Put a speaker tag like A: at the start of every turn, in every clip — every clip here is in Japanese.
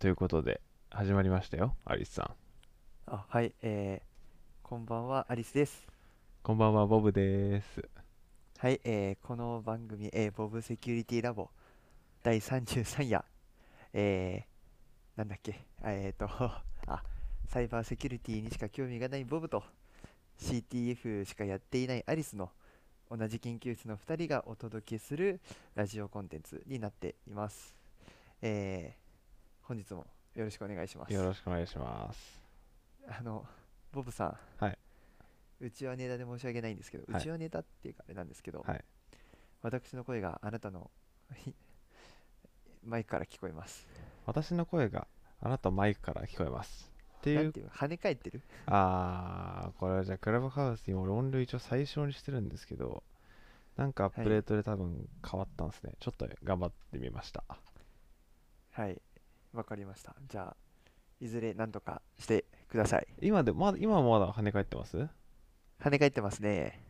A: ということで、始まりましたよ、アリスさん。
B: あ、はい、えー、こんばんは、アリスです。
A: こんばんは、ボブです。
B: はい、えー、この番組、えー、ボブセキュリティラボ第33夜、えー、なんだっけ、あえっ、と、 あ、サイバーセキュリティにしか興味がないボブと、CTF しかやっていないアリスの同じ研究室の2人がお届けするラジオコンテンツになっています。えー、本日もよろしくお願いします。
A: よろしくお願いします。
B: あの、ボブさん、
A: はいう
B: ちはネタで申し訳ないんですけど、
A: はいう
B: ちはネタっていうかあれなんですけど、
A: はい
B: 私の声があなたの マイクから聞こえます。
A: 私の声があなたマイクから聞こえます。って
B: ないん
A: う、
B: ていうの跳ね返ってる
A: あー、これはじゃあ、クラブハウスにも論類一応最小にしてるんですけど、なんかアップデートで多分変わったんですね。ちょっと頑張ってみました。
B: はい、わかりました。じゃあ、いずれ何とかしてください。
A: 今で、まだ、今はまだ跳ね返ってます
B: 跳ね返ってますね。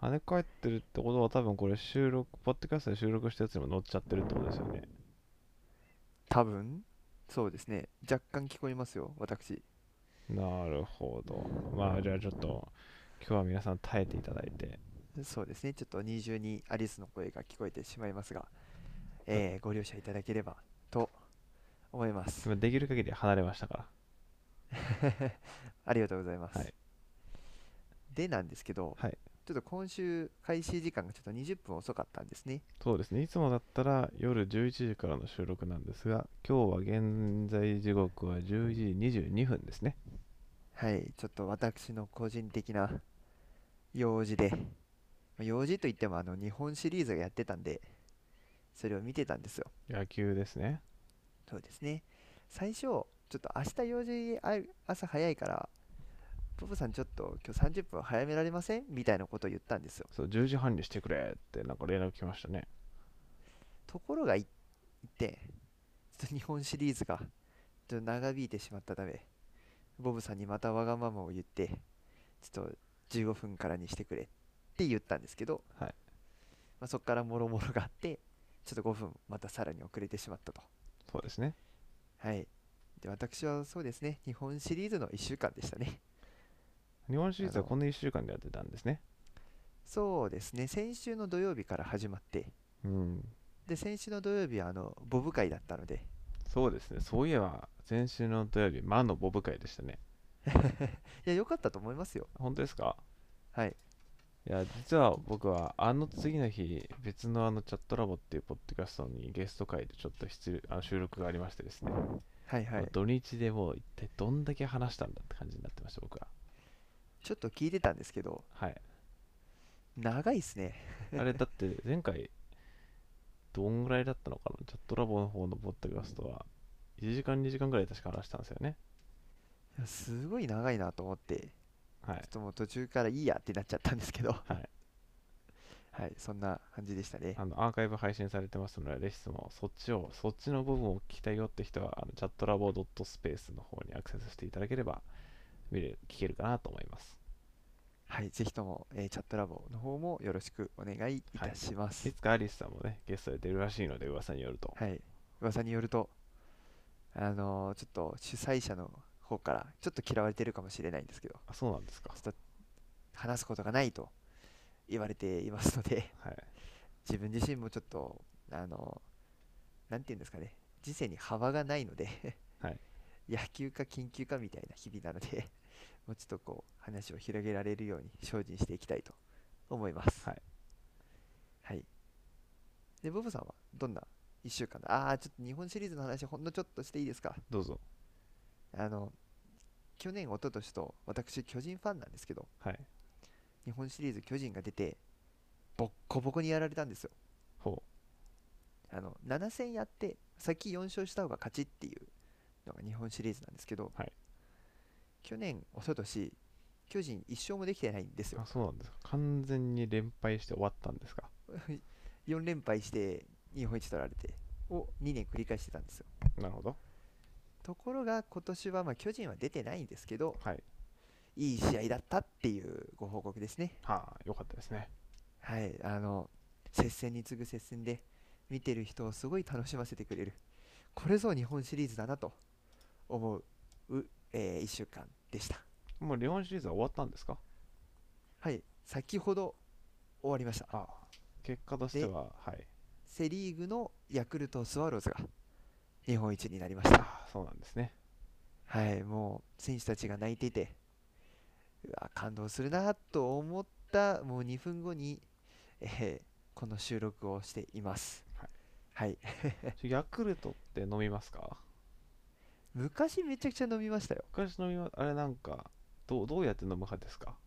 A: 跳ね返ってるってことは多分これ収録、ポッドキャストで収録したやつにも載っちゃってるってことですよね。
B: 多分そうですね。若干聞こえますよ、私。
A: なるほど。まあじゃあちょっと今日は皆さん耐えていただいて。
B: そうですね。ちょっと二重にアリスの声が聞こえてしまいますが、えーご了承いただければと思います。
A: できる限り離れましたか
B: ありがとうございます。
A: はい
B: でなんですけど、
A: はい
B: ちょっと今週開始時間がちょっと20分遅かったんですね。
A: ら。そうですね。いつもだったら夜11時からの収録なんですが、今日は現在時刻は11時22分ですね。
B: はい、ちょっと私の個人的な用事で、まあ用事といってもあの日本シリーズがやってたんで、それを見てたんですよ。
A: 野球ですね。
B: そうですね。最初、ちょっと明日用事ある朝早いから、ポポさんちょっと今日30分早められませんみたいなことを言ったんですよ。
A: そう、10時半にしてくれってなんか連絡来ましたね。
B: ところがいって、ちょっと日本シリーズがちょっと長引いてしまったため、ボブさんにまたわがままを言って、ちょっと15分からにしてくれって言ったんですけど、
A: はい
B: まあ、そこからもろもろがあって、ちょっと5分またさらに遅れてしまったと。
A: そうですね。
B: はい、で私はそうですね、日本シリーズの1週間でしたね。
A: 日本シリーズは
B: あの
A: この1週間でやってたんですね。
B: そうですね、先週の土曜日から始まって、
A: うん。
B: で先週の土曜日はあのボブ会だったので、
A: そうですね。そういえば先週の土曜日、魔のボブ会でしたね。
B: いや、良かったと思いますよ。
A: 本当ですか
B: はい、
A: いや、実は僕はあの次の日、別のあのチャットラボっていうポッドキャストにゲスト会でちょっと出あの収録がありましてですね、
B: はい、はい。
A: 土日でもう一体どんだけ話したんだって感じになってました、僕は。
B: ちょっと聞いてたんですけど、
A: はい。
B: 長いですね。
A: あれだって前回、どんぐらいだったのかな、チャットラボの方のポッドキャストは、1時間2時間ぐらい確か話したんですよね。
B: いやすごい長いなと思って、
A: は
B: ちょ
A: い
B: っ。ともう途中からいいやってなっちゃったんですけど、 は
A: はい。
B: い、そんな感じでしたね。
A: あの、アーカイブ配信されてますので、レシスもそっちを、そっちの部分を聞きたいよって人は、あのチャットラボ .space の方にアクセスしていただければ、見れる、聞けるかなと思います。
B: はい、ぜひとも、えーチャットラボの方もよろしくお願いい
A: はい
B: たします
A: い。つかアリスさんもね、ゲストで出るらしいので、噂によると。
B: はい、噂によると、あのーちょっと主催者の方からちょっと嫌われてるかもしれないんですけど、
A: あ、そうなんですか。
B: ちょっと話すことがないと言われていますので、
A: はい。
B: 自分自身もちょっとあのなんて言うんですかね人生に幅がないので
A: はい
B: 野球か研究かみたいな日々なので もうちょっとこう話を広げられるように精進していきたいと思います
A: はい、
B: はいでボブさんはどんな1週間だあーちょっと日本シリーズの話ほんのちょっとしていいですか
A: どうぞ。
B: あの去年一昨年と私巨人ファンなんですけど
A: はい。
B: 日本シリーズ巨人が出てボッコボコにやられたんですよ
A: ほ
B: あの7戦やって先4勝した方が勝ちっていうのが日本シリーズなんですけど、
A: はい
B: 去年一昨年巨人1勝もできてないんです
A: う。あ、
B: よ
A: そうなんですか。完全に連敗して終わったんですか。
B: 4連敗して日本一取られてを2年繰り返してたんですよ
A: なるほど。
B: ところが今年はまあ巨人は出てないんですけど
A: はい。
B: いい試合だったっていうご報告ですね
A: はあ、よかったですね。
B: はいあの接戦に次ぐ接戦で見てる人をすごい楽しませてくれるこれぞ日本シリーズだなと思うう、え1週間でした
A: もうレオンシリーズは終わったんですか
B: はい先ほど終わりました
A: ああ結果としては、はい。
B: セ・リーグのヤクルトスワローズが日本一になりました
A: ああ、そうなんですね。
B: はいもう選手たちが泣いていてうわ感動するなと思ったもう2分後に、えーこの収録をしています
A: はい
B: はい
A: ちょヤクルトって飲みますか
B: 昔めちゃくちゃ飲みましたよ
A: 昔飲みま、あれなんか、どうどうやって飲む派ですか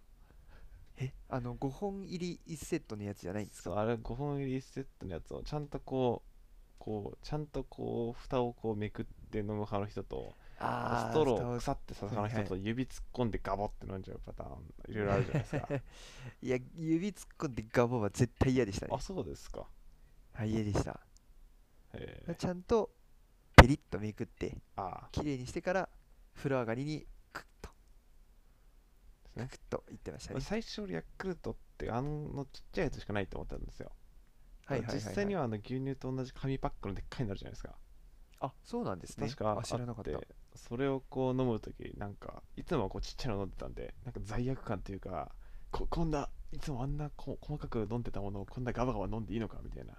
B: えあの5本入り1セットのやつじゃないんです
A: そ
B: か
A: うあれ5本入り1セットのやつをちゃんとこうこうちゃんとこう蓋をこうめくって飲む派の人と
B: あー
A: ストロ
B: 蓋
A: ーを
B: を
A: 腐って刺す派の人
B: はい
A: と指突っ込んでガボって飲んじゃうパターンいろいろあるじゃない ですか
B: いや指突っ込んでガボは絶対嫌でしたね
A: あそうですか
B: はい嫌でした
A: へえ
B: ちゃんとペリッとめくって
A: ああ
B: 綺麗にしてから風呂上がりにクッと
A: ですね
B: クッと言ってましたね
A: 最初俺ヤクルトってあのちっちゃいやつしかないと思ってたんですよ、
B: はいはいはい、はい、
A: 実際にはあの牛乳と同じ紙パックのでっかいのあるじゃないですか
B: あそうなんですね
A: 確かあ
B: あ知らなか
A: っ
B: った
A: てそれをこう飲む時なんかいつもはこうちっちゃいの飲んでたんでなんか罪悪感というかここんないつもあんなこ細かく飲んでたものをこんなガバガバ飲んでいいのかみたいな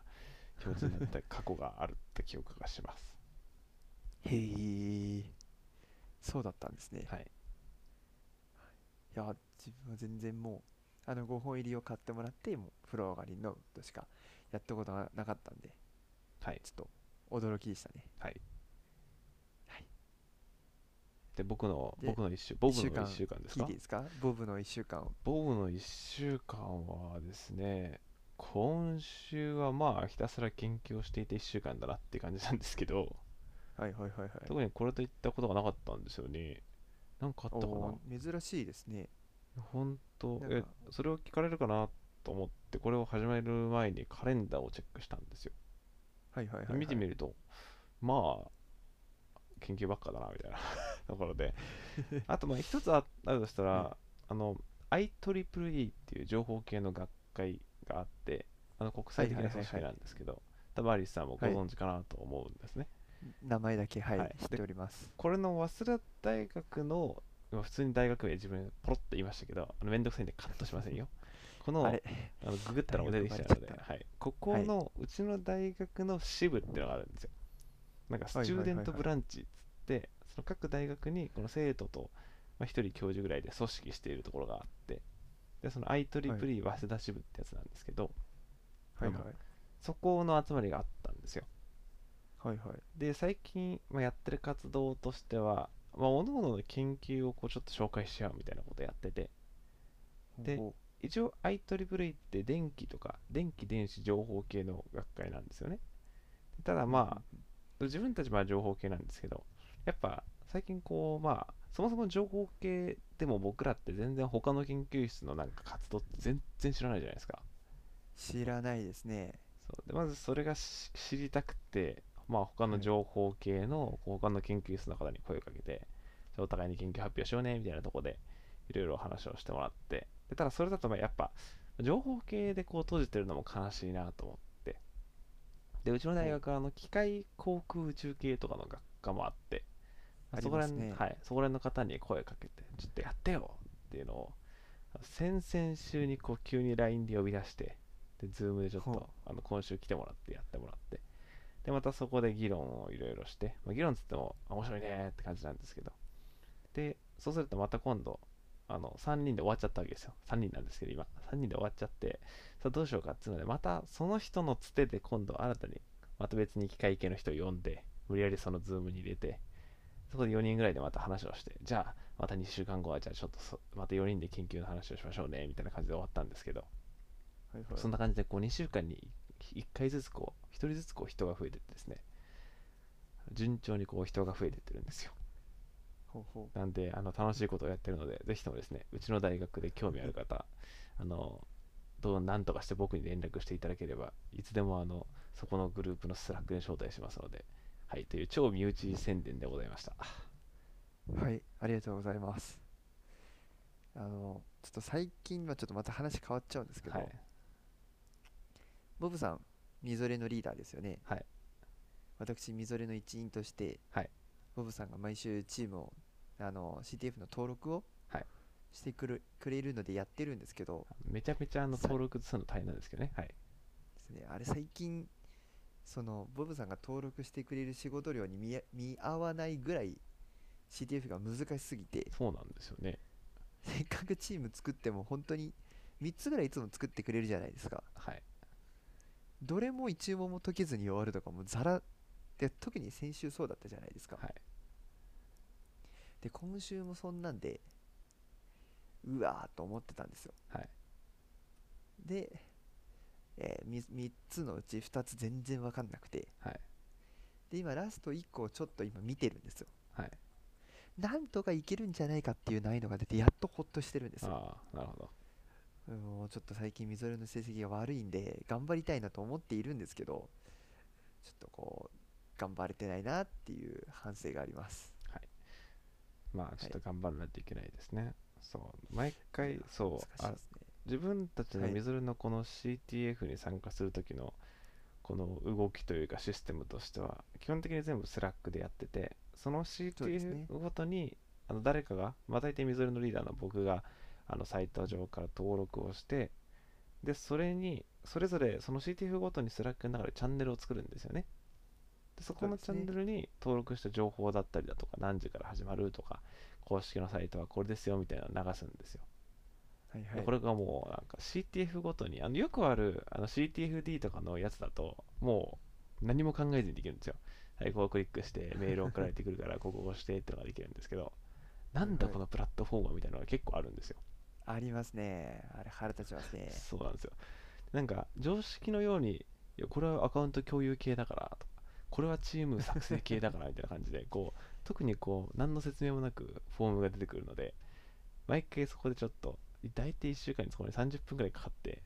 A: 気持ちになった 過去があるって記憶がします
B: へえそうだったんですね、
A: はい
B: いや自分は全然もうあの5本入りを買ってもらってもう風呂上がりのとしかやったことがなかったんで
A: はい
B: ちょっと驚きでしたね
A: はい
B: はい
A: で僕の
B: で
A: 僕の一週ボブ
B: 一週
A: の
B: 間
A: 1週間です
B: 聞い
A: か
B: ていいですかボブの1週間を
A: ボブの1週間はですね今週はまあひたすら研究をしていて1週間だなって感じなんですけど
B: はいはいはいはい
A: 特にこれといったことがなかったんですよね。なんかあったかな
B: おー珍しいですね
A: 本当
B: なん
A: え
B: か
A: それを聞かれるかなと思ってこれを始める前にカレンダーをチェックしたんですよ。
B: はいはいはい、
A: で
B: はい、
A: 見てみるとまあ研究ばっかだなみたいな ところ であとまあ一つああるとしたら、あの IEEE っていう情報系の学会があってあの国際的
B: はい
A: な
B: はいはいはい
A: 組織なんですけど多分アリスさんもご
B: はい
A: 存知かなと思うんですね。
B: 名前だけはい、
A: はい
B: 知っております
A: これの早稲田大学の今普通に大学名自分ポロッと言いましたけどあのめんどくさいんでカットしませんよこの
B: あ
A: あ
B: れ
A: のググったらもう出てきちゃうので、はい、ここの、うちの大学の支部っていうのがあるんですよなんかスチューデントブランチっつって、その各大学にこの生徒と、まあ、1人教授ぐらいで組織しているところがあってでその IEEE 早稲田支部ってやつなんですけど、
B: はいはい
A: あのそこの集まりがあったんですよ
B: はいはい
A: で最近、まあ、やってる活動としては、まあ、各々の研究をこうちょっと紹介し合うみたいなことやっててで
B: ほ
A: 一応 IEEE って電気とか電気電子情報系の学会なんですよねでただ
B: う
A: まあ自分たちは情報系なんですけどやっぱ最近こうまあそもそも情報系でも僕らって全然他の研究室のなんか活動って全然知らないじゃないですか
B: 知らないですね
A: そうでまずそれがし知りたくて、まあ、他
B: は
A: の
B: い
A: 情報系のこう他の研究室の方に声をかけてじゃあお互いに研究発表しようねみたいなとこでいろいろお話をしてもらってでただそれだとまあやっぱ情報系でこう閉じてるのも悲しいなと思ってでうちの大学はあの機械航空宇宙系とかの学科もあって
B: ありますね
A: そこら辺のはい、そこら辺の方に声かけてちょっとやってよっていうのを先々週にこう急に LINE で呼び出してで Zoom でちょっ
B: ほう
A: とあの今週来てもらってやってもらってでまたそこで議論をいろいろして、まあ、議論つってもあ面白いねーって感じなんですけどでそうするとまた今度あの3人で終わっちゃったわけですよ3人なんですけど今3人で終わっちゃってさあどうしようかっつうのでまたその人のつてで今度新たにまた別に機械系の人を呼んで無理やりその Zoom に入れてそこで4人ぐらいでまた話をしてじゃあまた2週間後はじゃあちょっとそまた4人で研究の話をしましょうねみたいな感じで終わったんですけど
B: はいはい
A: そんな感じでこう2週間に1回ずつこう1人ずつこう人が増えてってですね順調にこう人が増えてってるんですよ
B: ほうほ
A: なんであの楽しいことをやってるのでぜひともですねうちの大学で興味ある方 あのどうなんとかして僕に連絡していただければいつでもあのそこのグループのスラックに招待しますのではいという超身内宣伝でございました
B: うはいありがとうございますあのちょっと最近はちょっとまた話変わっちゃうんですけど、
A: はい
B: ボブさんみぞれのリーダーですよね
A: はい
B: 私みぞれの一員として、
A: はい
B: ボブさんが毎週チームをあの CTF の登録を
A: はい
B: してくるくれるのでやってるんですけど
A: めちゃめちゃあの
B: さ
A: 登録するの大変なんですけどね。はい。
B: ですねあれ最近そのボブさんが登録してくれる仕事量に見え見合わないぐらい CTF が難しすぎて
A: そうなんですよね。
B: せっかくチーム作っても本当に3つぐらいいつも作ってくれるじゃないですか
A: はい。
B: どれも一問も解けずに終わるとかもうザラで特に先週そうだったじゃないですか、
A: はい
B: で今週もそんなんでうわーと思ってたんですよ
A: はい。
B: で、え 3, つのうち2つ全然分かんなくて
A: はい。
B: で今ラスト1個をちょっと今見てるんですよ
A: はい。
B: なんとかいけるんじゃないかっていう難易度が出てやっとほっとしてるんですよ
A: ああ、なるほど。
B: もうちょっと最近みぞれの成績が悪いんで頑張りたいなと思っているんですけどちょっとこう頑張れてないなっていう反省があります
A: まあ、ちょっと頑張らないといけないですね。そう。毎回、そう。
B: 難しい
A: あ
B: ですね
A: 自分たちの
B: はい
A: みぞれのこの CTF に参加する時のこの動きというかシステムとしては基本的に全部スラックでやっててその
B: そうです
A: CTF
B: ね
A: ごとにあの誰かがまあ大体みぞれのリーダーの僕があのサイト上から登録をしてでそれにそれぞれその CTF ごとにスラックの中でチャンネルを作るんですよねでそこのチ
B: そ
A: ャ
B: うですね
A: ンネルに登録した情報だったりだとか何時から始まるとか公式のサイトはこれですよみたいなのを流すんですよ
B: はい
A: で
B: はい
A: これがもうなんか CTF ごとにあのよくあるあの CTFD とかのやつだともう何も考えずにできるんですよ。はい、ここをクリックしてメール送られてくるからここを押してってのができるんですけどなんだ
B: はいはい
A: このプラットフォームはみたいなのが結構あるんですよ。
B: ありますねあれ腹立ちますね
A: そうなんですよ。なんか常識のようにいやこれはアカウント共有系だからとかこれはチーム作成系だからみたいな感じでこう特にこう何の説明もなくフォームが出てくるので毎回そこでちょっと大体1週間にそこに30分くらいかかって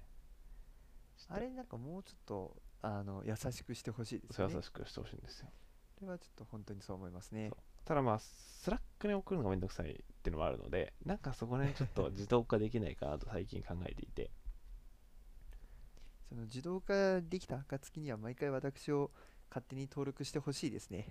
B: あれなんかもうちょっとあの優しくしてほしいです
A: そう
B: よ
A: 優
B: ね。
A: しくしてほしいんですよ。
B: それはちょっと本当にそう思いますね
A: そ。ただまあ、スラックに送るのがめんどくさいっていうのもあるので、なんかそこら辺ちょっと自動化できないかなと最近考えてい て、
B: その自動化できた暁には毎回私を勝手に登録してほしいですね。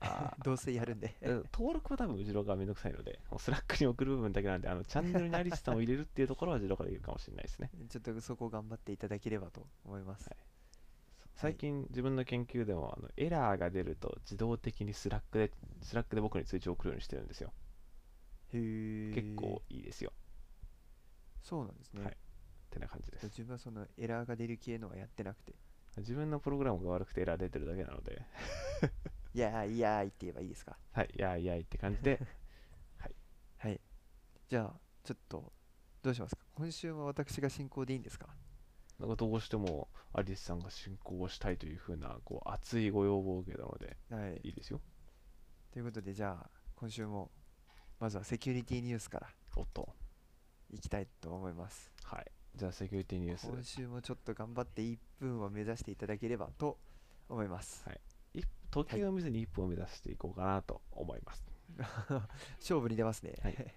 B: どうせやる んで。
A: え登録は多分自動化がめんどくさいので、もうスラックに送る部分だけなんで、あのチャンネルにアリスさんを入れるっていうところは自動化できるかもしれないですね。
B: ちょっとそこ頑張っていただければと思います。
A: はい最近自分の研究でもあのエラーが出ると自動的にスラックで、スラックで僕に通知を送るようにしてるんですよ。
B: へー
A: 結構。いいですよ。
B: そうなんですね。
A: はいってな感じです。
B: 自分はそのエラーが出る系のはやってなくて。
A: 自分のプログラムが悪くてエラー出てるだけなので、
B: いやーいやーいって言えばいいですか。
A: はい、いやいやいって感じで、
B: はい。じゃあちょっとどうしますか。今週も私が進行でいいんですか。
A: なんかどうしてもアリスさんが進行をしたいというふうなこう熱いご要望を受けたので
B: はい。
A: いいですよ。
B: ということでじゃあ今週もまずはセキュリティニュースから
A: おっと。
B: いきたいと思います
A: はい。じゃあセキュリティニュース。
B: 今週もちょっと頑張って1分を目指していただければと思います、
A: 一時を見ずに一歩を目指していこうかなと思います。
B: 勝負に出ますね
A: はい はい。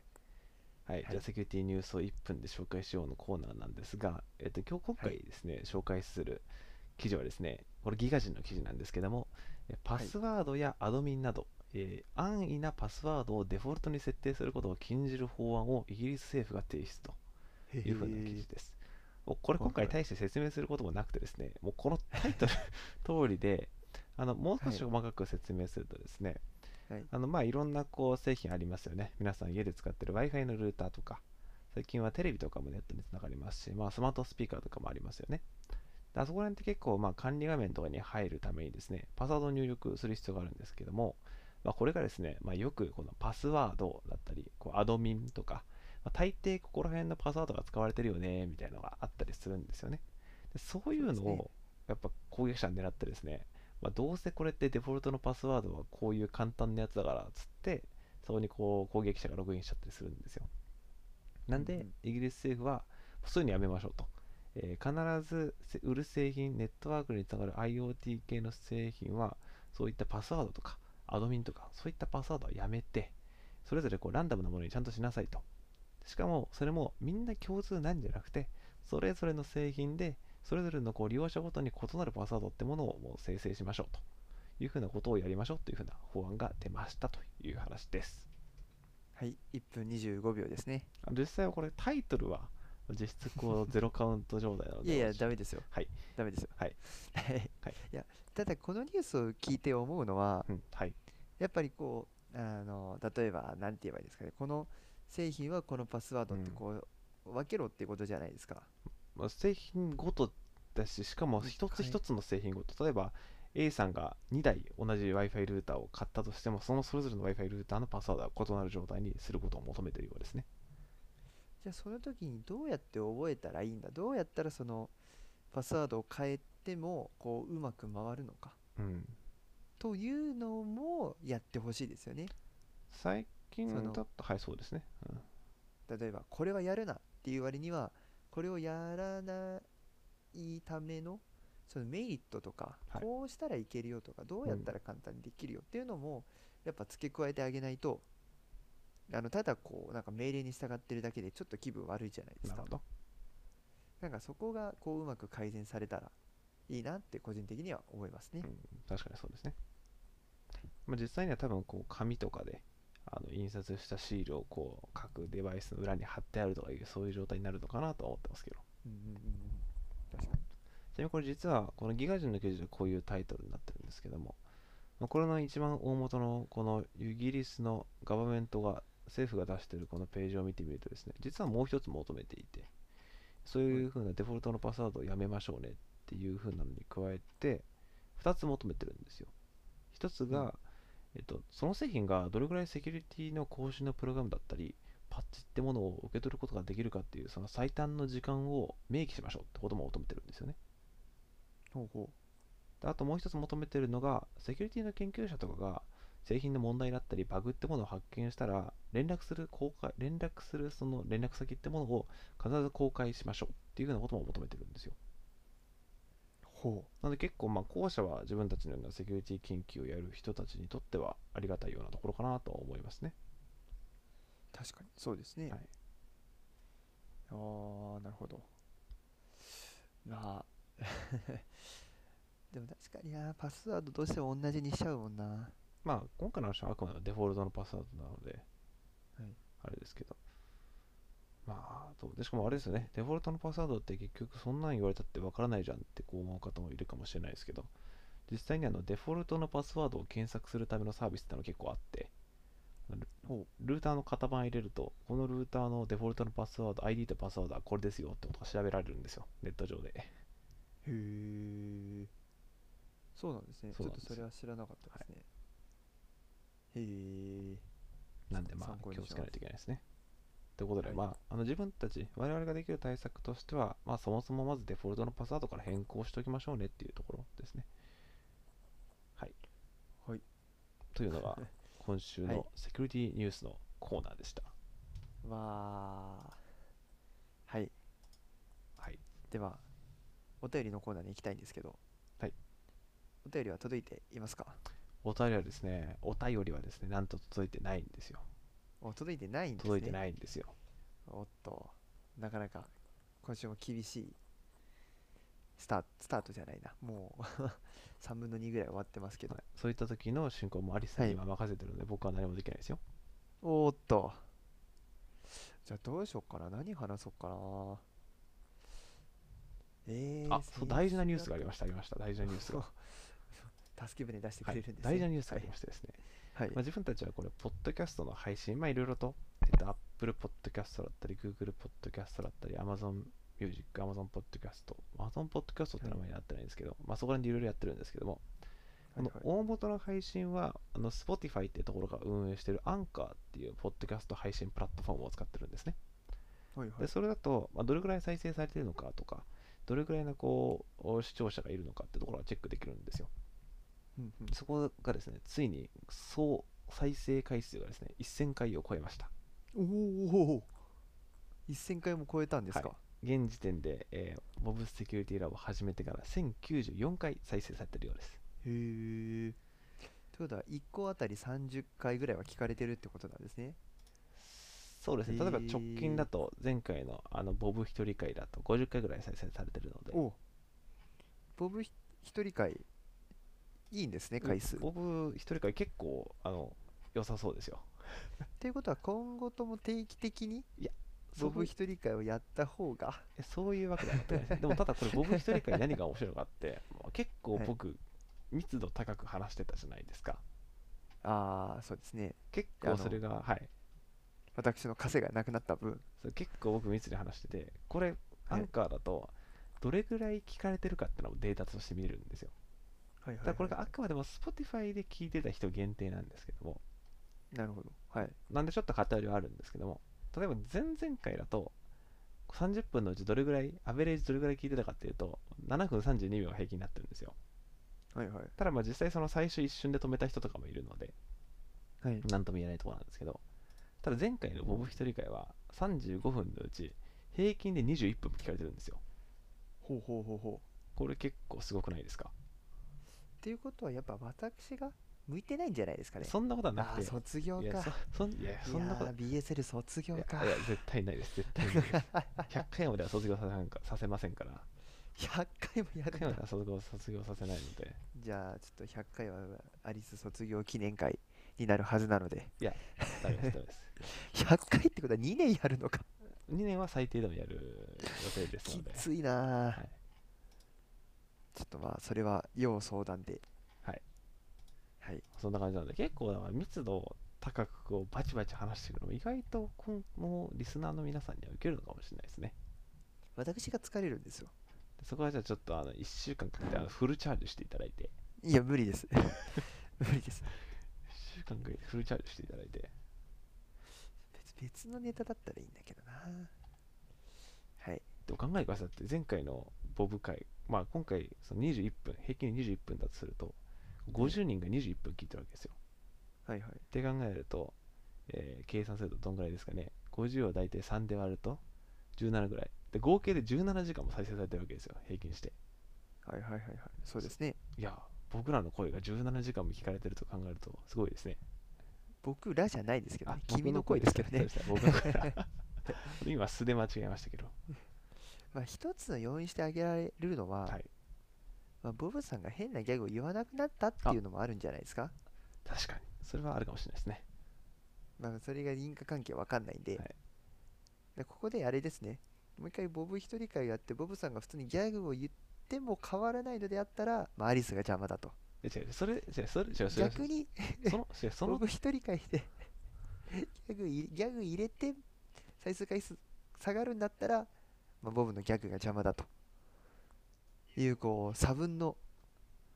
B: はい
A: じゃあセキュリティニュースを1分で紹介しようのコーナーなんですが、えっと、今日今
B: は
A: 回ですね、紹介する記事はですね、これギガ人の記事なんですけども、えパスワードやアドミンなど、えー安易なパスワードをデフォルトに設定することを禁じる法案をイギリス政府が提出と。
B: へ
A: いうふうな記事です。おこれ今回
B: はい
A: 大して説明することもなくてですね、もうこのタイ トル通りで、あのもう少し
B: は
A: 細かく説明するとですね、
B: はい
A: あのまあいろんなこう製品ありますよね。皆さん家で使ってる Wi-Fi のルーターとか、最近はテレビとかもネットにつながりますし、まあ、スマートスピーカーとかもありますよね。であそこら辺って結構まあ管理画面とかに入るためにですね、パスワードを入力する必要があるんですけども、まあ、これがですね、まあ、よくこのパスワードだったり、こうアドミンとか、まあ、大抵ここら辺のパスワードが使われてるよねみたいなのがあったりするんですよね。でそういうの
B: そうですね
A: をやっぱ攻撃者に狙ってですね、まあ、どうせこれってデフォルトのパスワードはこういう簡単なやつだからっつって、そこにこう攻撃者がログインしちゃったりするんですよ。なん
B: うんう
A: で
B: ん、
A: イギリス政府は、そういうのやめましょうと。えー必ずせ売る製品、ネットワークにつながる IoT 系の製品は、そういったパスワードとか、アドミンとか、そういったパスワードはやめて、それぞれこうランダムなものにちゃんとしなさいと。しかも、それもみんな共通なんじゃなくて、それぞれの製品で、それぞれのこう利用者ごとに異なるパスワードってものをもう生成しましょうというふうなことをやりましょうというふうな法案が出ましたという話です。
B: はい、1分25秒ですね。
A: あ実際はこれタイトルは実質こうゼロカウント状態なの
B: い
A: で。
B: やいや、
A: 私
B: ダメですよ。
A: はい。
B: ダメですよ。
A: はい。
B: はい
A: はい。
B: いや、ただこのニュースを聞いて思うのは
A: う、ん、はい。
B: やっぱりこう、あの、例えば、なんて言えばいいですかね。この製品はこのパスワードって
A: うん
B: こう、分けろってことじゃないですか。
A: まあ製品ごとだし、しかも
B: 一
A: 一つ
B: 回
A: 一つの製品ごと、例えば A さんが2台同じ Wi-Fi ルーターを買ったとしても、そのそれぞれの Wi-Fi ルーターのパスワードは異なる状態にすることを求めているようですね。
B: じゃあその時にどうやって覚えたらいいんだどうやったらそのパスワードを変えてもこううまく回るのか
A: うん。
B: というのもやってほしいですよね
A: 最近
B: そ
A: だ
B: の
A: と、はい、そうですね。うん
B: 例えばこれはやるなっていう割にはこれをやらないためのそのメリットとか、
A: はい
B: こうしたらいけるよとかどうやったら簡単にできるよっていうのもやっぱ付け加えてあげないとあのただこうなんか命令に従ってるだけでちょっと気分悪いじゃないです
A: なる
B: か
A: ほど。
B: なんかそこがこううまく改善されたらいいなって個人的には思いますね
A: う。ん、確かにそうですね。まあ、実際には多分こう紙とかであの印刷したシールをこう各デバイスの裏に貼ってあるとかいうそういう状態になるのかなとは思ってますけど。
B: うんうんうんうん確
A: ち
B: かに。
A: なみにこれ実はこのギガ人の記事でこういうタイトルになってるんですけども、まあこれの一番大元のこのイギリスのガバメントが政府が出してるこのページを見てみるとですね、実はもう一つ求めていて、そういうふうなデフォルトのパスワードをやめましょうねっていうふうなのに加えて、2つ求めてるんですよ。1つが、
B: うん
A: えっと、その製品がどれぐらいセキュリティの更新のプログラムだったり、パッチってものを受け取ることができるかっていう、その最短の時間を明記しましょうってことも求めてるんですよね。
B: ほうほ
A: であともう一つ求めてるのが、セキュリティの研究者とかが製品の問題だったり、バグってものを発見したら、連絡する公開、連絡するその連絡先ってものを必ず公開しましょうっていうようなことも求めてるんですよ。
B: う。ほ
A: なので結構、まあ、後者は自分たちのようなセキュリティ研究をやる人たちにとってはありがたいようなところかなとは思いますね。
B: う。確かに。そうですね。
A: はい
B: ああ、なるほど。まあ。 でも確かにな、パスワードどうしても同じにしちゃうもんな。
A: まあ、今回の話はあくまでもデフォルトのパスワードなので、
B: はい
A: あれですけど。まあ、どうでしかもあれですよね、デフォルトのパスワードって結局そんなん言われたってわからないじゃんってこう思う方もいるかもしれないですけど、実際にあのデフォルトのパスワードを検索するためのサービスってのが結構あって、
B: ほ
A: ルーターの型番入れると、このルーターのデフォルトのパスワード、ID とパスワードはこれですよってことが調べられるんですよ、ネット上で。
B: う。へえ。そうなんですね。ち
A: そう
B: ょっ
A: なん
B: と
A: です
B: それは知らなかったですね。へえ。
A: なんでま
B: 参考
A: あ
B: に
A: 気をつ
B: します
A: けないといけないですね。ということで、
B: はい
A: まあ、あの自分たち、我々ができる対策としては、まあ、そもそもまずデフォルトのパスワードから変更しておきましょうねっていうところですね。はい。
B: はい。
A: と いうのが、今週
B: はい
A: のセキュリティニュースのコーナーでした。
B: わあ。はい。
A: はい。
B: ではお便りのコーナーに行きたいんですけど
A: はい
B: お便りは届いていますか
A: お便りはですね、お便りはですね、なんと届いてないんですよ。
B: お届いてないんですね
A: 届いてないんですよ。
B: おっとなかなか今週も厳しいスタートスタートじゃないなもう 3分の2ぐらい終わってますけど、
A: はいそういった時の進行もアリスさんに
B: は
A: は任せてるので、僕は何もできないですよ。
B: おーっとじゃあどうしよっかな何話そうかなえー、
A: あ、そう、大事なニュースがありま
B: し
A: した、ありました。大事なニュース が。
B: た助け舟出してく
A: はい
B: れるんですね、
A: 大事なニュースがありましてですね。
B: はい、
A: まあ、自分たちはこれ、ポッドキャストの配信、まあ、いろいろと、えっと、Apple Podcast だったり、Google Podcast だったり、Amazon Music、Amazon Podcast、Amazon Podcast って名前になってないんですけど、まあ、そこら辺でいろいろやってるんですけども、この
B: はいはい
A: 大元の配信は、あの Spotify っていうところが運営してる Anchor っていうポッドキャスト配信プラットフォームを使ってるんですね。
B: はいはい
A: でそれだと、まあ、どれぐらい再生されてるのかとか、どれぐらいのこう視聴者がいるのかってところはチェックできるんですよ。
B: うんうん
A: そこがですね、ついに総再生回数がですね、1000回を超えました。
B: おお1000回も超えたんですか、
A: は現時点で、えー、ボブセキュリティラボを始めてから1094回再生されてるようです。
B: へえということは1個あたり30回ぐらいは聞かれてるってことなんですね
A: そうですね、例えば
B: へー
A: 直近だと、前回のあのボブ一人会だと50回ぐらい再生されてるので、
B: おボブひ一人会いいんですね、回数。
A: ボブ一人会結構あの良さそうですよ。
B: ということは、今後とも定期的に
A: そう
B: ボブ一人会をやった方が、
A: えそういうわけではなくてね、でもただこれボブ一人会何が面白いのかって、まあ結構
B: はい
A: 僕、密度高く話してたじゃないですか。
B: ああ、そうですね、
A: 結
B: あ
A: 構
B: の
A: それが、はい。
B: 私の稼がなくなった分、
A: それ結構僕密に話してて、これ、ア
B: はい
A: ンカーだと、どれぐらい聞かれてるかってのもデータとして見れるんですよ。
B: はい
A: だ
B: は
A: からこれがあくまでも Spotify で聞いてた人限定なんですけども、
B: なるほど、はい、
A: なんでちょっと偏りはあるんですけども、例えば前々回だと、30分のうちどれぐらい、アベレージどれぐらい聞いてたかっていうと、7分32秒が平均になってるんですよ。
B: はいはい、
A: ただまあ実際その最初一瞬で止めた人とかもいるので、
B: はい、
A: なんとも言えないところなんですけど、ただ前回のボブ一人会は35分のうち平均で21分も聞かれてるんですよ。
B: ほうほうほうほう。
A: これ結構すごくないですか
B: っていうことは、やっぱ私が向いてないんじゃないですかね。
A: そんなことはな
B: あ
A: く
B: あ、
A: て、
B: 卒業
A: いや、そ
B: か。
A: そんいやそんなこと
B: いやー BSL 卒業
A: いや
B: か
A: い。や絶対ないです、絶 対ないです。100回までは卒業させなんかさせませんから、
B: 100回もや
A: 100回
B: る
A: まで
B: んだ。
A: は卒業卒業させないので、
B: じゃあ、ちょっと100回はアリス卒業記念会になるはずなので、
A: ダメです、ダメ です。
B: 100回ってことは2年やるのか。
A: 2年は最低でもやる予定です
B: き
A: ので、
B: ついなあ、
A: はい
B: ちょっとまあそれは要相談では
A: はい
B: はい
A: そんな感じなので、結構だから密度高くこうバチバチ話してくるのも意外と今後リスナーの皆さんには受けるのかもしれないですね。
B: 私が疲れるんですよ
A: でそこはじゃあちょっとあの1週間かけてあのフルチャージしていただいて、
B: いや無理です 無理です
A: 1週間かけてフルチャージしていただいて、
B: 別別のネタだったらいいんだけどなはい
A: でも考えてくださいだって前回のボブ会、まあ今回その21分、平均で21分だとすると、50人が21分聞いてるわけですよ。
B: はいはい
A: って考えると、えー計算するとどんぐらいですかね。50を大体3で割ると17ぐらい。で、合計で17時間も再生されてるわけですよ、平均して。
B: はいはいはいはいそうですね
A: いや、僕らの声が17時間も聞かれてると考えると、すごいですね。
B: 僕らじゃないですけど、ね、君の
A: 僕
B: 声ですけどね
A: そうでした僕の声 だ今、素で間違えましたけど。
B: まあ一つの要因してあげられるのは、
A: はい。
B: まあ、ボブさんが変なギャグを言わなくなったっていうのもあるんじゃないですか
A: 確かに。それはあるかもしれないですね。
B: まあ、それが因果関係わかんないんで、
A: はい
B: でここであれですね、もう一回ボブ一人会やって、ボブさんが普通にギャグを言っても変わらないのであったら、まあ、アリスが邪魔だと。
A: え違う、それ、違う、それ、違う、それ、
B: 逆に、
A: その、違う、そ
B: ボ
A: の、
B: ブ一人会でギャグ入れ、ギャグ入れて、再生回数下がるんだったら、まあ、ボブのギャグが邪魔だと。いう、こう、差分の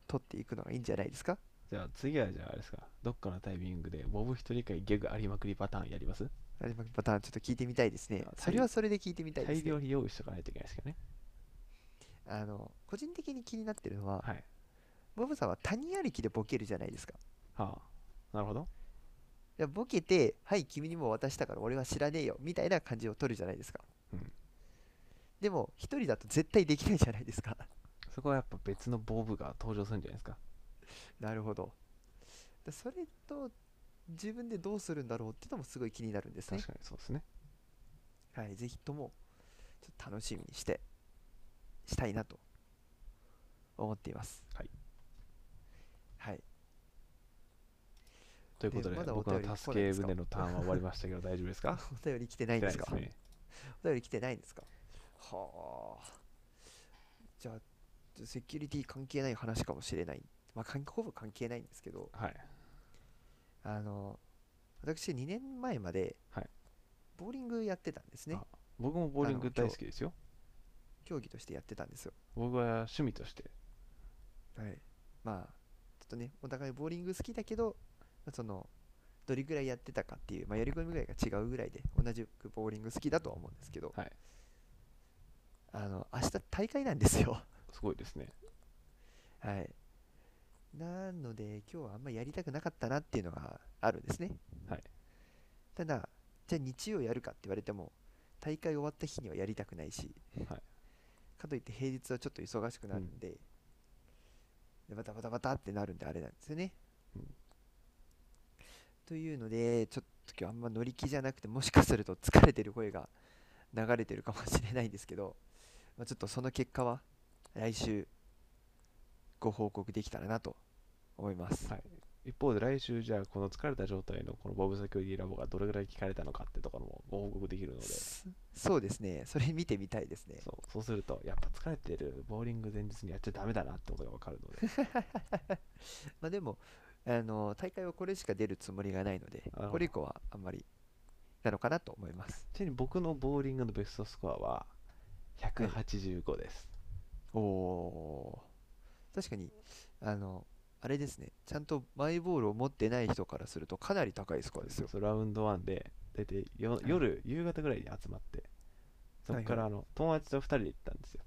B: 取っていくのがいいんじゃないですか
A: じゃあ次はじゃああれですか、どっかのタイミングで、ボブ一人会ギャグありまくりパターンやります
B: あれまパターンちょっと聞いてみたいですね
A: あ。
B: それはそれで聞いてみたいです
A: 大
B: ね
A: 量。に用意しとかないといけないですけどね。
B: あの個人的に気になってるのは、
A: はい。
B: ボブさんは谷ありきでボケるじゃないですか。
A: はあ、なるほど。
B: いやボケて、はい、君にも渡したから俺は知らねえよみたいな感じを取るじゃないですか。
A: うん
B: でも、一人だと絶対できないじゃないですか。
A: そこはやっぱ別のボブが登場するんじゃないですか。
B: なるほど。だそれと自分でどうするんだろうっていうのもすごい気になるんですね
A: 確。かにそうですね。
B: はい、ぜひともちょっと楽しみにして、したいなと思っています。
A: はい。
B: はい。
A: ということで、
B: まだお
A: 僕の
B: 便り来ない
A: 助け
B: ですか
A: 舟のターンは終わりましたけど、大丈夫ですか
B: お便り来てないんです か
A: 来てないですね。
B: お便り来てないんですかはあじゃあセキュリティ関係ない話かもしれないまあ関ほぼ関係ないんですけど
A: はい。
B: あの私2年前まで
A: はい
B: ボーリングやってたんですね、
A: あ僕もボーリング大好きですよ。
B: 競技としてやってたんですよ
A: 僕は趣味として。
B: はいまあちょっとねお互いボーリング好きだけどまあそのどれぐらいやってたかっていう、まあ、やり込みぐらいが違うぐらいで同じくボーリング好きだとは思うんですけど、
A: はい
B: あの明日大会なんですよ
A: すごいですね。
B: はい。なので、今日はあんまりやりたくなかったなっていうのがあるんですね。
A: はい。
B: ただ、じゃあ日曜やるかって言われても、大会終わった日にはやりたくないし、
A: はい
B: かといって平日はちょっと忙しくなるんで、でバタバタバタってなるんであれなんですよね。
A: うん
B: というので、ちょっと今日あんま乗り気じゃなくて、もしかすると疲れてる声が流れてるかもしれないんですけど、まあ、ちょっとその結果は来週ご報告できたらなと思います。
A: はい、一方で来週じゃあこの疲れた状態のこのボブセキュリティラボがどれぐらい聞かれたのかってところもご報告できるので
B: そそうですね。それ見てみたいですね。
A: そうそうするとやっぱ疲れてるボーリング前日にやっちゃダメだなってことが分かる ので
B: まあでも、あの、大会はこれしか出るつもりがないので
A: なるほ、ど
B: これ以降はあんまりなのかなと思います。
A: ちなみに僕のボーリングのベストスコアは185です、
B: おおー。確かに、あの、あれですね。ちゃんとマイボールを持ってない人からするとかなり高いスコアですよ。
A: そうラウンド1で大体よ、
B: い
A: 夜夕方ぐらいに集まってそこからあの、友達と2人で行ったんですよ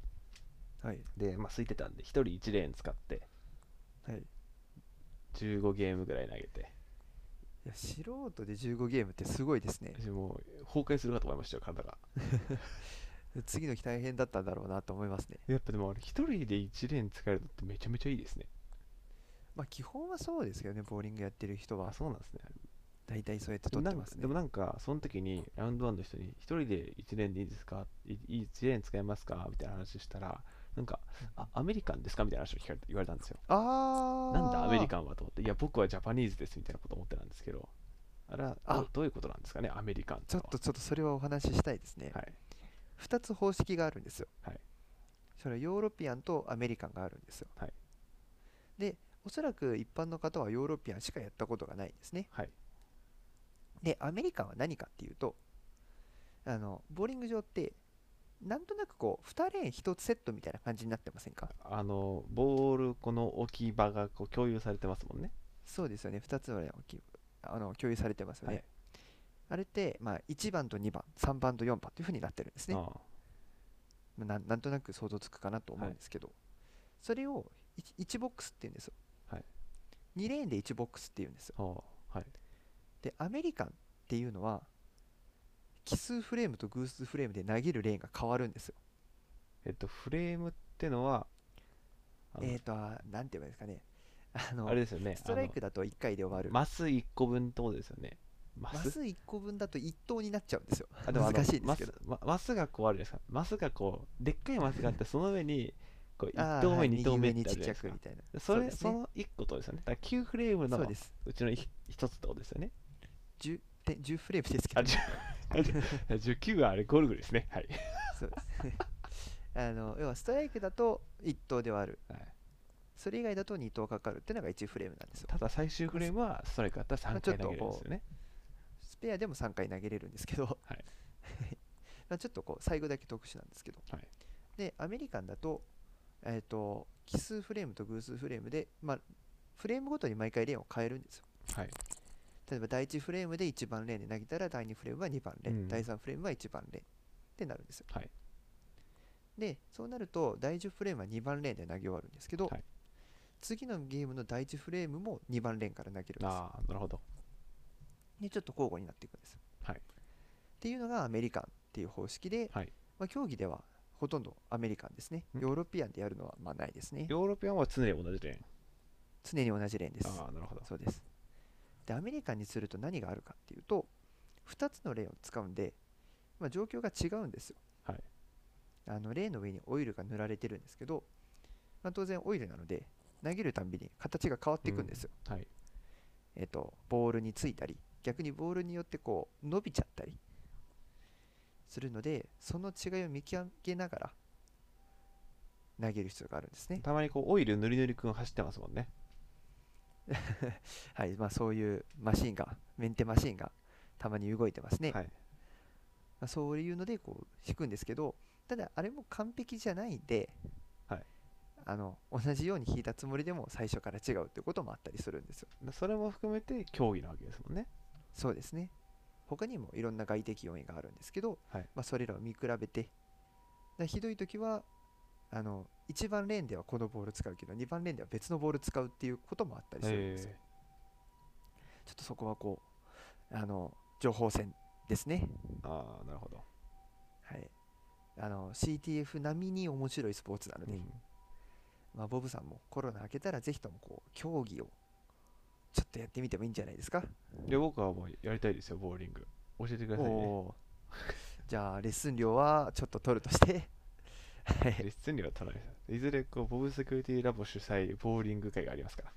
B: はい。
A: でまあ空いてたんで1人1レーン使って
B: はい。い
A: 15ゲームぐらい投げて
B: や、素人で15ゲームってすごいですね。
A: 私もう崩壊するかと思いましたよ体が
B: 次の日大変だったんだろうなと思いますね。
A: やっぱでもあれ1人で1レーン使えるのってめちゃめちゃいいですね
B: まあ基本はそうですけどね、ボーリングやってる人
A: あ
B: は、
A: そうなんですね
B: 大体そうやって
A: で
B: 取
A: もな
B: って
A: ん
B: ま
A: か
B: す
A: で
B: ね
A: も。なんかその時にラウンド1の人に1人で1レーンでいいですかいい1レーン使えますかみたいな話したらなんかあアメリカンですかみたいな話を聞かれて言われたんですよ
B: ああ
A: なんだアメリ
B: ン
A: カンはと思って、いや、僕はジャパニーズですみたいなこと思ってたんですけど、あら、
B: あ
A: どどういうことなんですかね、アメリカン
B: ちょっとちょっとそれはお話ししたいですね
A: は。はい。
B: 2つ方式があるんですよ。
A: はい
B: それはヨーロピアンとアメリカンがあるんですよ。
A: はい
B: で、おそらく一般の方はヨーロピアンしかやったことがないんですね。
A: はい。
B: で、アメリカンは何かっていうと、あの、ボーリング場って、なんとなくこう、2レーン1つセットみたいな感じになってませんか
A: あの、ボール、この置き場がこう共有されてますもんね。
B: そうですよね。2つのレーンをきあの共有されてますよね。
A: はい
B: あれって、まあ、1番と2番、3番と4番というふうになってるんですね。
A: あ
B: まあなんなんとなく想像つくかなと思うんですけど、それを 1, ボックスって言うんですよ、
A: はい
B: 2レーンで1ボックスって言うんですよ
A: あ、はあはい。
B: でアメリカンっていうのは奇数フレームと偶数フレームで投げるレーンが変わるんですよ
A: えっと、フレームってのは、あの
B: えっ、とあなんて言えばいいですかねあの
A: あれですよね、
B: ストライ
A: あ
B: クだと1回で終わ
A: の
B: る
A: マス1個分ってことですよね。マ
B: マ
A: ス
B: ス1個分だと1投になっちゃうんですよ
A: あでもあの
B: 難しいですけど
A: マスママスがこうあるじゃないですか。マスがこう、でっかいマスがあって、その上に、こう、1
B: あー
A: 投
B: は
A: 目、
B: い
A: 2投目っ
B: 右
A: てあ
B: 上
A: るじ
B: にち
A: ゃな
B: っち
A: い
B: ゃ
A: です
B: く
A: か
B: み。たいな
A: それ、
B: うです
A: そ
B: ね
A: の1個とですよね。だから9フレームの
B: そうです
A: うちのひ一つってことですよね。
B: 10, て10フレームですけ
A: あ、
B: ど
A: じゅ19はあれゴルグですね。はい。
B: そうです あの要はストライクだと1投ではある
A: はい
B: それ以外だと2投かかるっていうのが1フレームなんですよ
A: ただ最終フレームはストライクだったら3
B: まあちょ
A: 回
B: っと
A: 投げるんですよね。
B: スペアでも3回投げれるんですけど、
A: はい
B: まあちょっとこう最後だけ特殊なんですけど、
A: はい
B: でアメリカンだと,、えー、と奇数フレームと偶数フレームで、まあ、フレームごとに毎回レーンを変えるんですよ
A: はい。
B: 例えば第1フレームで1番レーンで投げたら第2フレームは2番レーン、
A: うん
B: 第3フレームは1番レーンってなるんですよ
A: はい。
B: でそうなると第10フレームは2番レーンで投げ終わるんですけど、
A: はい
B: 次のゲームの第1フレームも2番レーンから投げるんですよ
A: ああ、なるほど。
B: でちょっと交互になっていくんですよ。
A: はい
B: っていうのがアメリカンっていう方式で、
A: はい
B: まあ、競技ではほとんどアメリカンですね。
A: ん
B: ヨーロピアンでやるのはまあないですね。
A: ヨーロピアンは常に同じレ
B: 常に同じレーンで
A: ー
B: す。
A: ン。ああ、なるほど。
B: そうです。でアメリカンにすると何があるかっていうと2つのレーンを使うんで、まあ、状況が違うんですよ。
A: はい
B: あのレーンの上にオイルが塗られてるんですけど、まあ、当然オイルなので投げるたんびに形が変わっていくんですよ。
A: はい。
B: えっと、ボールについたり逆にボールによってこう伸びちゃったりするのでその違いを見極めながら投げる必要があるんですね。
A: たまにこう、オイルぬりぬりくん走ってますもんね。
B: はいまあ、そういうマシンがメンテマシンがたまに動いてますね。
A: はい。
B: まあ、そういうのでこう引くんですけどただあれも完璧じゃないんで、
A: はい
B: あの同じように引いたつもりでも最初から違うってこともあったりするんですよ。
A: それも含めて競技なわけですもんね。
B: そうですね。他にもいろんな外的要因があるんですけど、
A: はい
B: まあ、それらを見比べて、だひどい時はあの1番レーンではこのボール使うけど2番レーンでは別のボール使うっていうこともあったりするんですよ。
A: え
B: ちょっとそこはこうあの情報戦ですね。
A: ーああ、なるほど。
B: はい、あの CTF 並みに面白いスポーツなので、
A: うん
B: まあ、ボブさんもコロナ明けたらぜひともこう競技をちょっとやってみてもいいんじゃないですか。
A: で、僕はもうやりたいですよ、ボーリング。教えてくださいね。
B: おーじゃあレッスン料はちょっと取るとして、はい、
A: レッスン料は取らないです。いずれ、こう、ボブセキュリティラボ主催ボーリング会がありますから。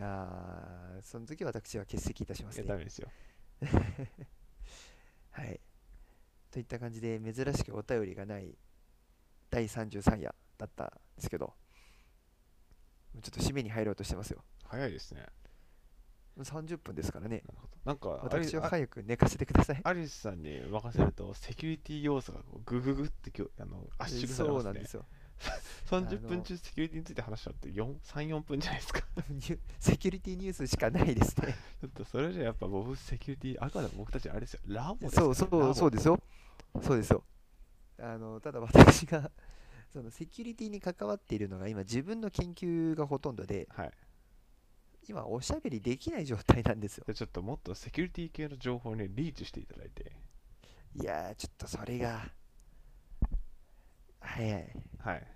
B: あーその時私は欠席いたしま
A: い
B: す
A: や、
B: ね
A: ダメですよ。
B: はい。といった感じで、珍しくお便りがない第33夜だったんですけど、もうちょっと締めに入ろうとしてますよ。
A: 早いですね。
B: もう30分ですからね。
A: なるほど。なんか、あれ
B: 私は早く寝かせてください。
A: アリスさんに任せると、セキュリティ要素がこうグググってきょあの圧縮され
B: そ
A: ま
B: う
A: す
B: なん
A: ね
B: で。すよ。
A: 30
B: あ
A: 分
B: の
A: 中セキュリティについて話したって4 3、4分じゃないですか。
B: ニュセキュリティニュースしかないですね。
A: ちょっとそれじゃやっぱボブセキュリティ、あくまでも僕たちあれですよ、ラボですか
B: そ
A: ら
B: う
A: ね
B: そうそう
A: ラボ
B: ですよ。そうですよ。あのただ私が そのセキュリティに関わっているのが今自分の研究がほとんどで
A: はい。
B: 今おしゃべりできない状態なんですよ。
A: でちょっともっとセキュリティ系の情報にリーチしていただいて、
B: いやーちょっとそれがはいはい
A: はい。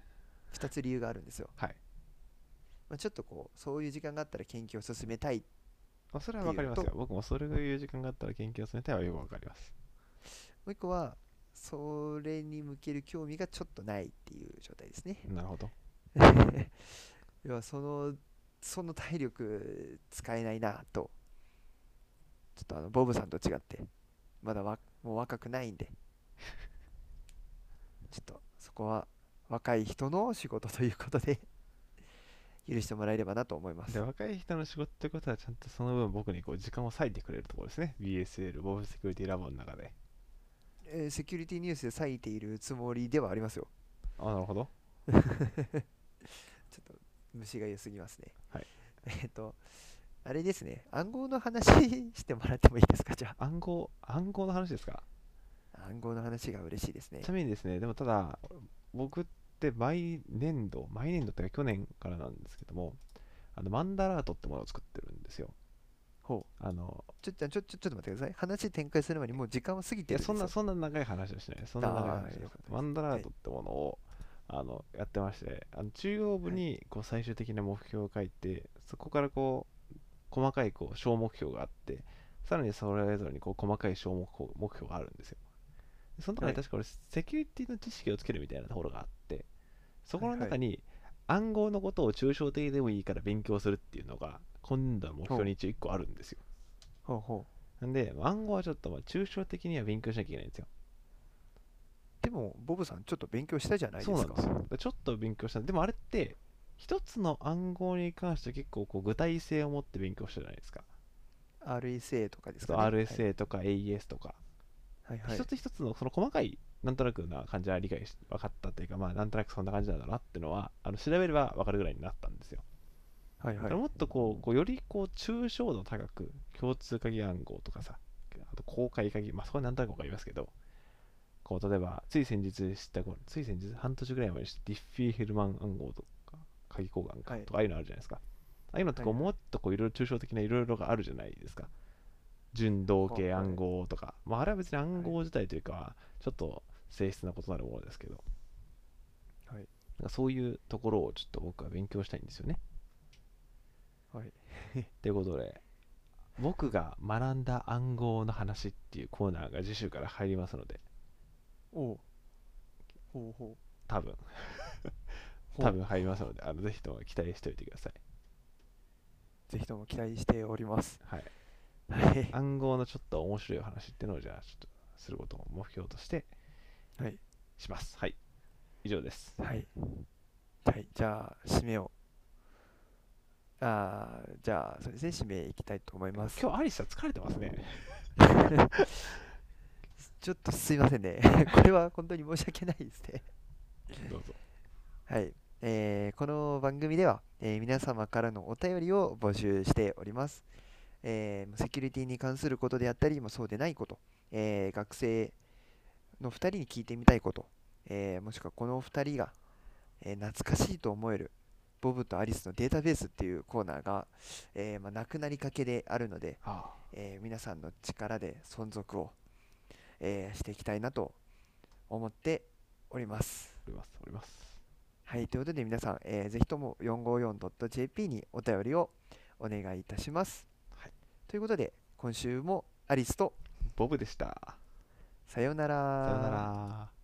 B: 2つ理由があるんですよ、
A: はい。
B: まあ、ちょっとこうそういう時間があったら研究を進めたい
A: まあ、それはわかります
B: って
A: よ。僕もそれがいう時間があったら研究を進めたいはよくわかります。
B: もう一個はそれに向ける興味がちょっとないっていう状態ですね
A: なるほど。
B: 要はそのその体力使えないなとちょっとあのボブさんと違ってまだわもう若くないんでちょっとそこは若い人の仕事ということで許してもらえればなと思います
A: で、若い人の仕事ってことは、ちゃんとその分僕にこう時間を割いてくれるところですね。BSL、ボブセキュリティラボの中で。
B: えーセキュリティニュースで割いているつもりではありますよ。
A: あ、なるほど。
B: ちょっと虫が良すぎますね。
A: はい。
B: えっと、あれですね、暗号の話 してもらってもいいですか、じゃ
A: 暗号、暗号の話ですか
B: あ。暗号の話が嬉しいですね
A: ち。なみにですね、でもただ、僕って毎年度、毎年度っていうか去年からなんですけども、あのマンダラートってものを作ってるんですよ。
B: ほ
A: あの、
B: う。ちょ、ちょ、ちょ、ちょっと待ってください。話展開する前にもう時間は過ぎ
A: い
B: て
A: や
B: るんです
A: そんな
B: よ
A: そんな長い話はしないそんな長い話はしない
B: よかったです
A: マンダラートってものを、あのやってましてあの中央部にこう最終的な目標を書いて、そこからこう細かいこう小目標があってさらにそれぞれにこう細かい小目標目標があるんですよでその中
B: は
A: に
B: い
A: 確か俺セキュリティの知識をつけるみたいなところがあってそこの
B: はいはい
A: 中に暗号のことを抽象的でもいいから勉強するっていうのが今度の目標に一応1個あるんですよ
B: ほうほ
A: なんで暗号はちょっとまあ抽象的には勉強しなきゃいけないんですよ
B: う。でも、ボブさん、ちょっと勉強したじゃないですか。
A: そうなんですよだからちょっと勉強したでもあれって一つの暗号に関して結構こう具体性を持って勉強したじゃないですか
B: RSA とかです
A: そ
B: か、
A: う
B: ね。
A: RSA とか AES とか、
B: はい。はいはい
A: 一つ一つのその細かいなんとなくな感じは理解し分かったというかまあなんとなくそんな感じなんだなっていうのはあの調べれば分かるぐらいになったんですよ、
B: はい
A: だ
B: は
A: から
B: い。
A: もっとこうこうよりこう抽象度高く共通鍵暗号とかさあと公開鍵まあそこはなんとなく分かりますけどこう例えばつい先日知ったこうつい先日半年ぐらい前に知ったディッフィー・ヘルマン暗号とか鍵交換か
B: はい
A: とかああいうのあるじゃないですか、ああいうのってこう
B: はいは
A: もっとこういろいろ抽象的ないろいろがあるじゃないですか純同
B: はい
A: 型暗号とか、まあ、あれは別に暗号自体というかちょっと性質な異なるものですけど
B: はい。
A: なんかそういうところをちょっと僕は勉強したいんですよね
B: はい。
A: ということで、僕が学んだ暗号の話っていうコーナーが次週から入りますので、
B: おう。ほうほ
A: 多分
B: う。
A: 多。分入りますので、あのぜひとも期待しておいてください。
B: ぜひとも期待しております。
A: はい、
B: はい。
A: 暗号のちょっと面白い話っていうのを、じゃあ、ちょっとすることを目標として
B: はい。
A: します。はい、以上です。
B: はい。はい、じゃあ、締めを。ああ、じゃあ、そうですね、締めいきたいと思います。
A: 今日、アリスさん疲れてますね。
B: ちょっとすいませんね。 これは本当に申し訳ないですね。
A: どうぞ。
B: はい。えーこの番組では、えー皆様からのお便りを募集しております。えーセキュリティに関することであったり、まあそうでないこと、えー学生の2人に聞いてみたいこと、えーもしくはこの2人が、えー懐かしいと思えるボブとアリスのデータベースっていうコーナーが、えーまあなくなりかけであるので、
A: あ
B: えー皆さんの力で存続を、えーしていきたいなと思っております。
A: おります、おります。
B: はい、ということで皆さん、えーぜひとも 454.jp にお便りをお願いいたします。
A: はい
B: ということで、今週もアリスと
A: ボブでした。
B: さようなら。
A: さようなら。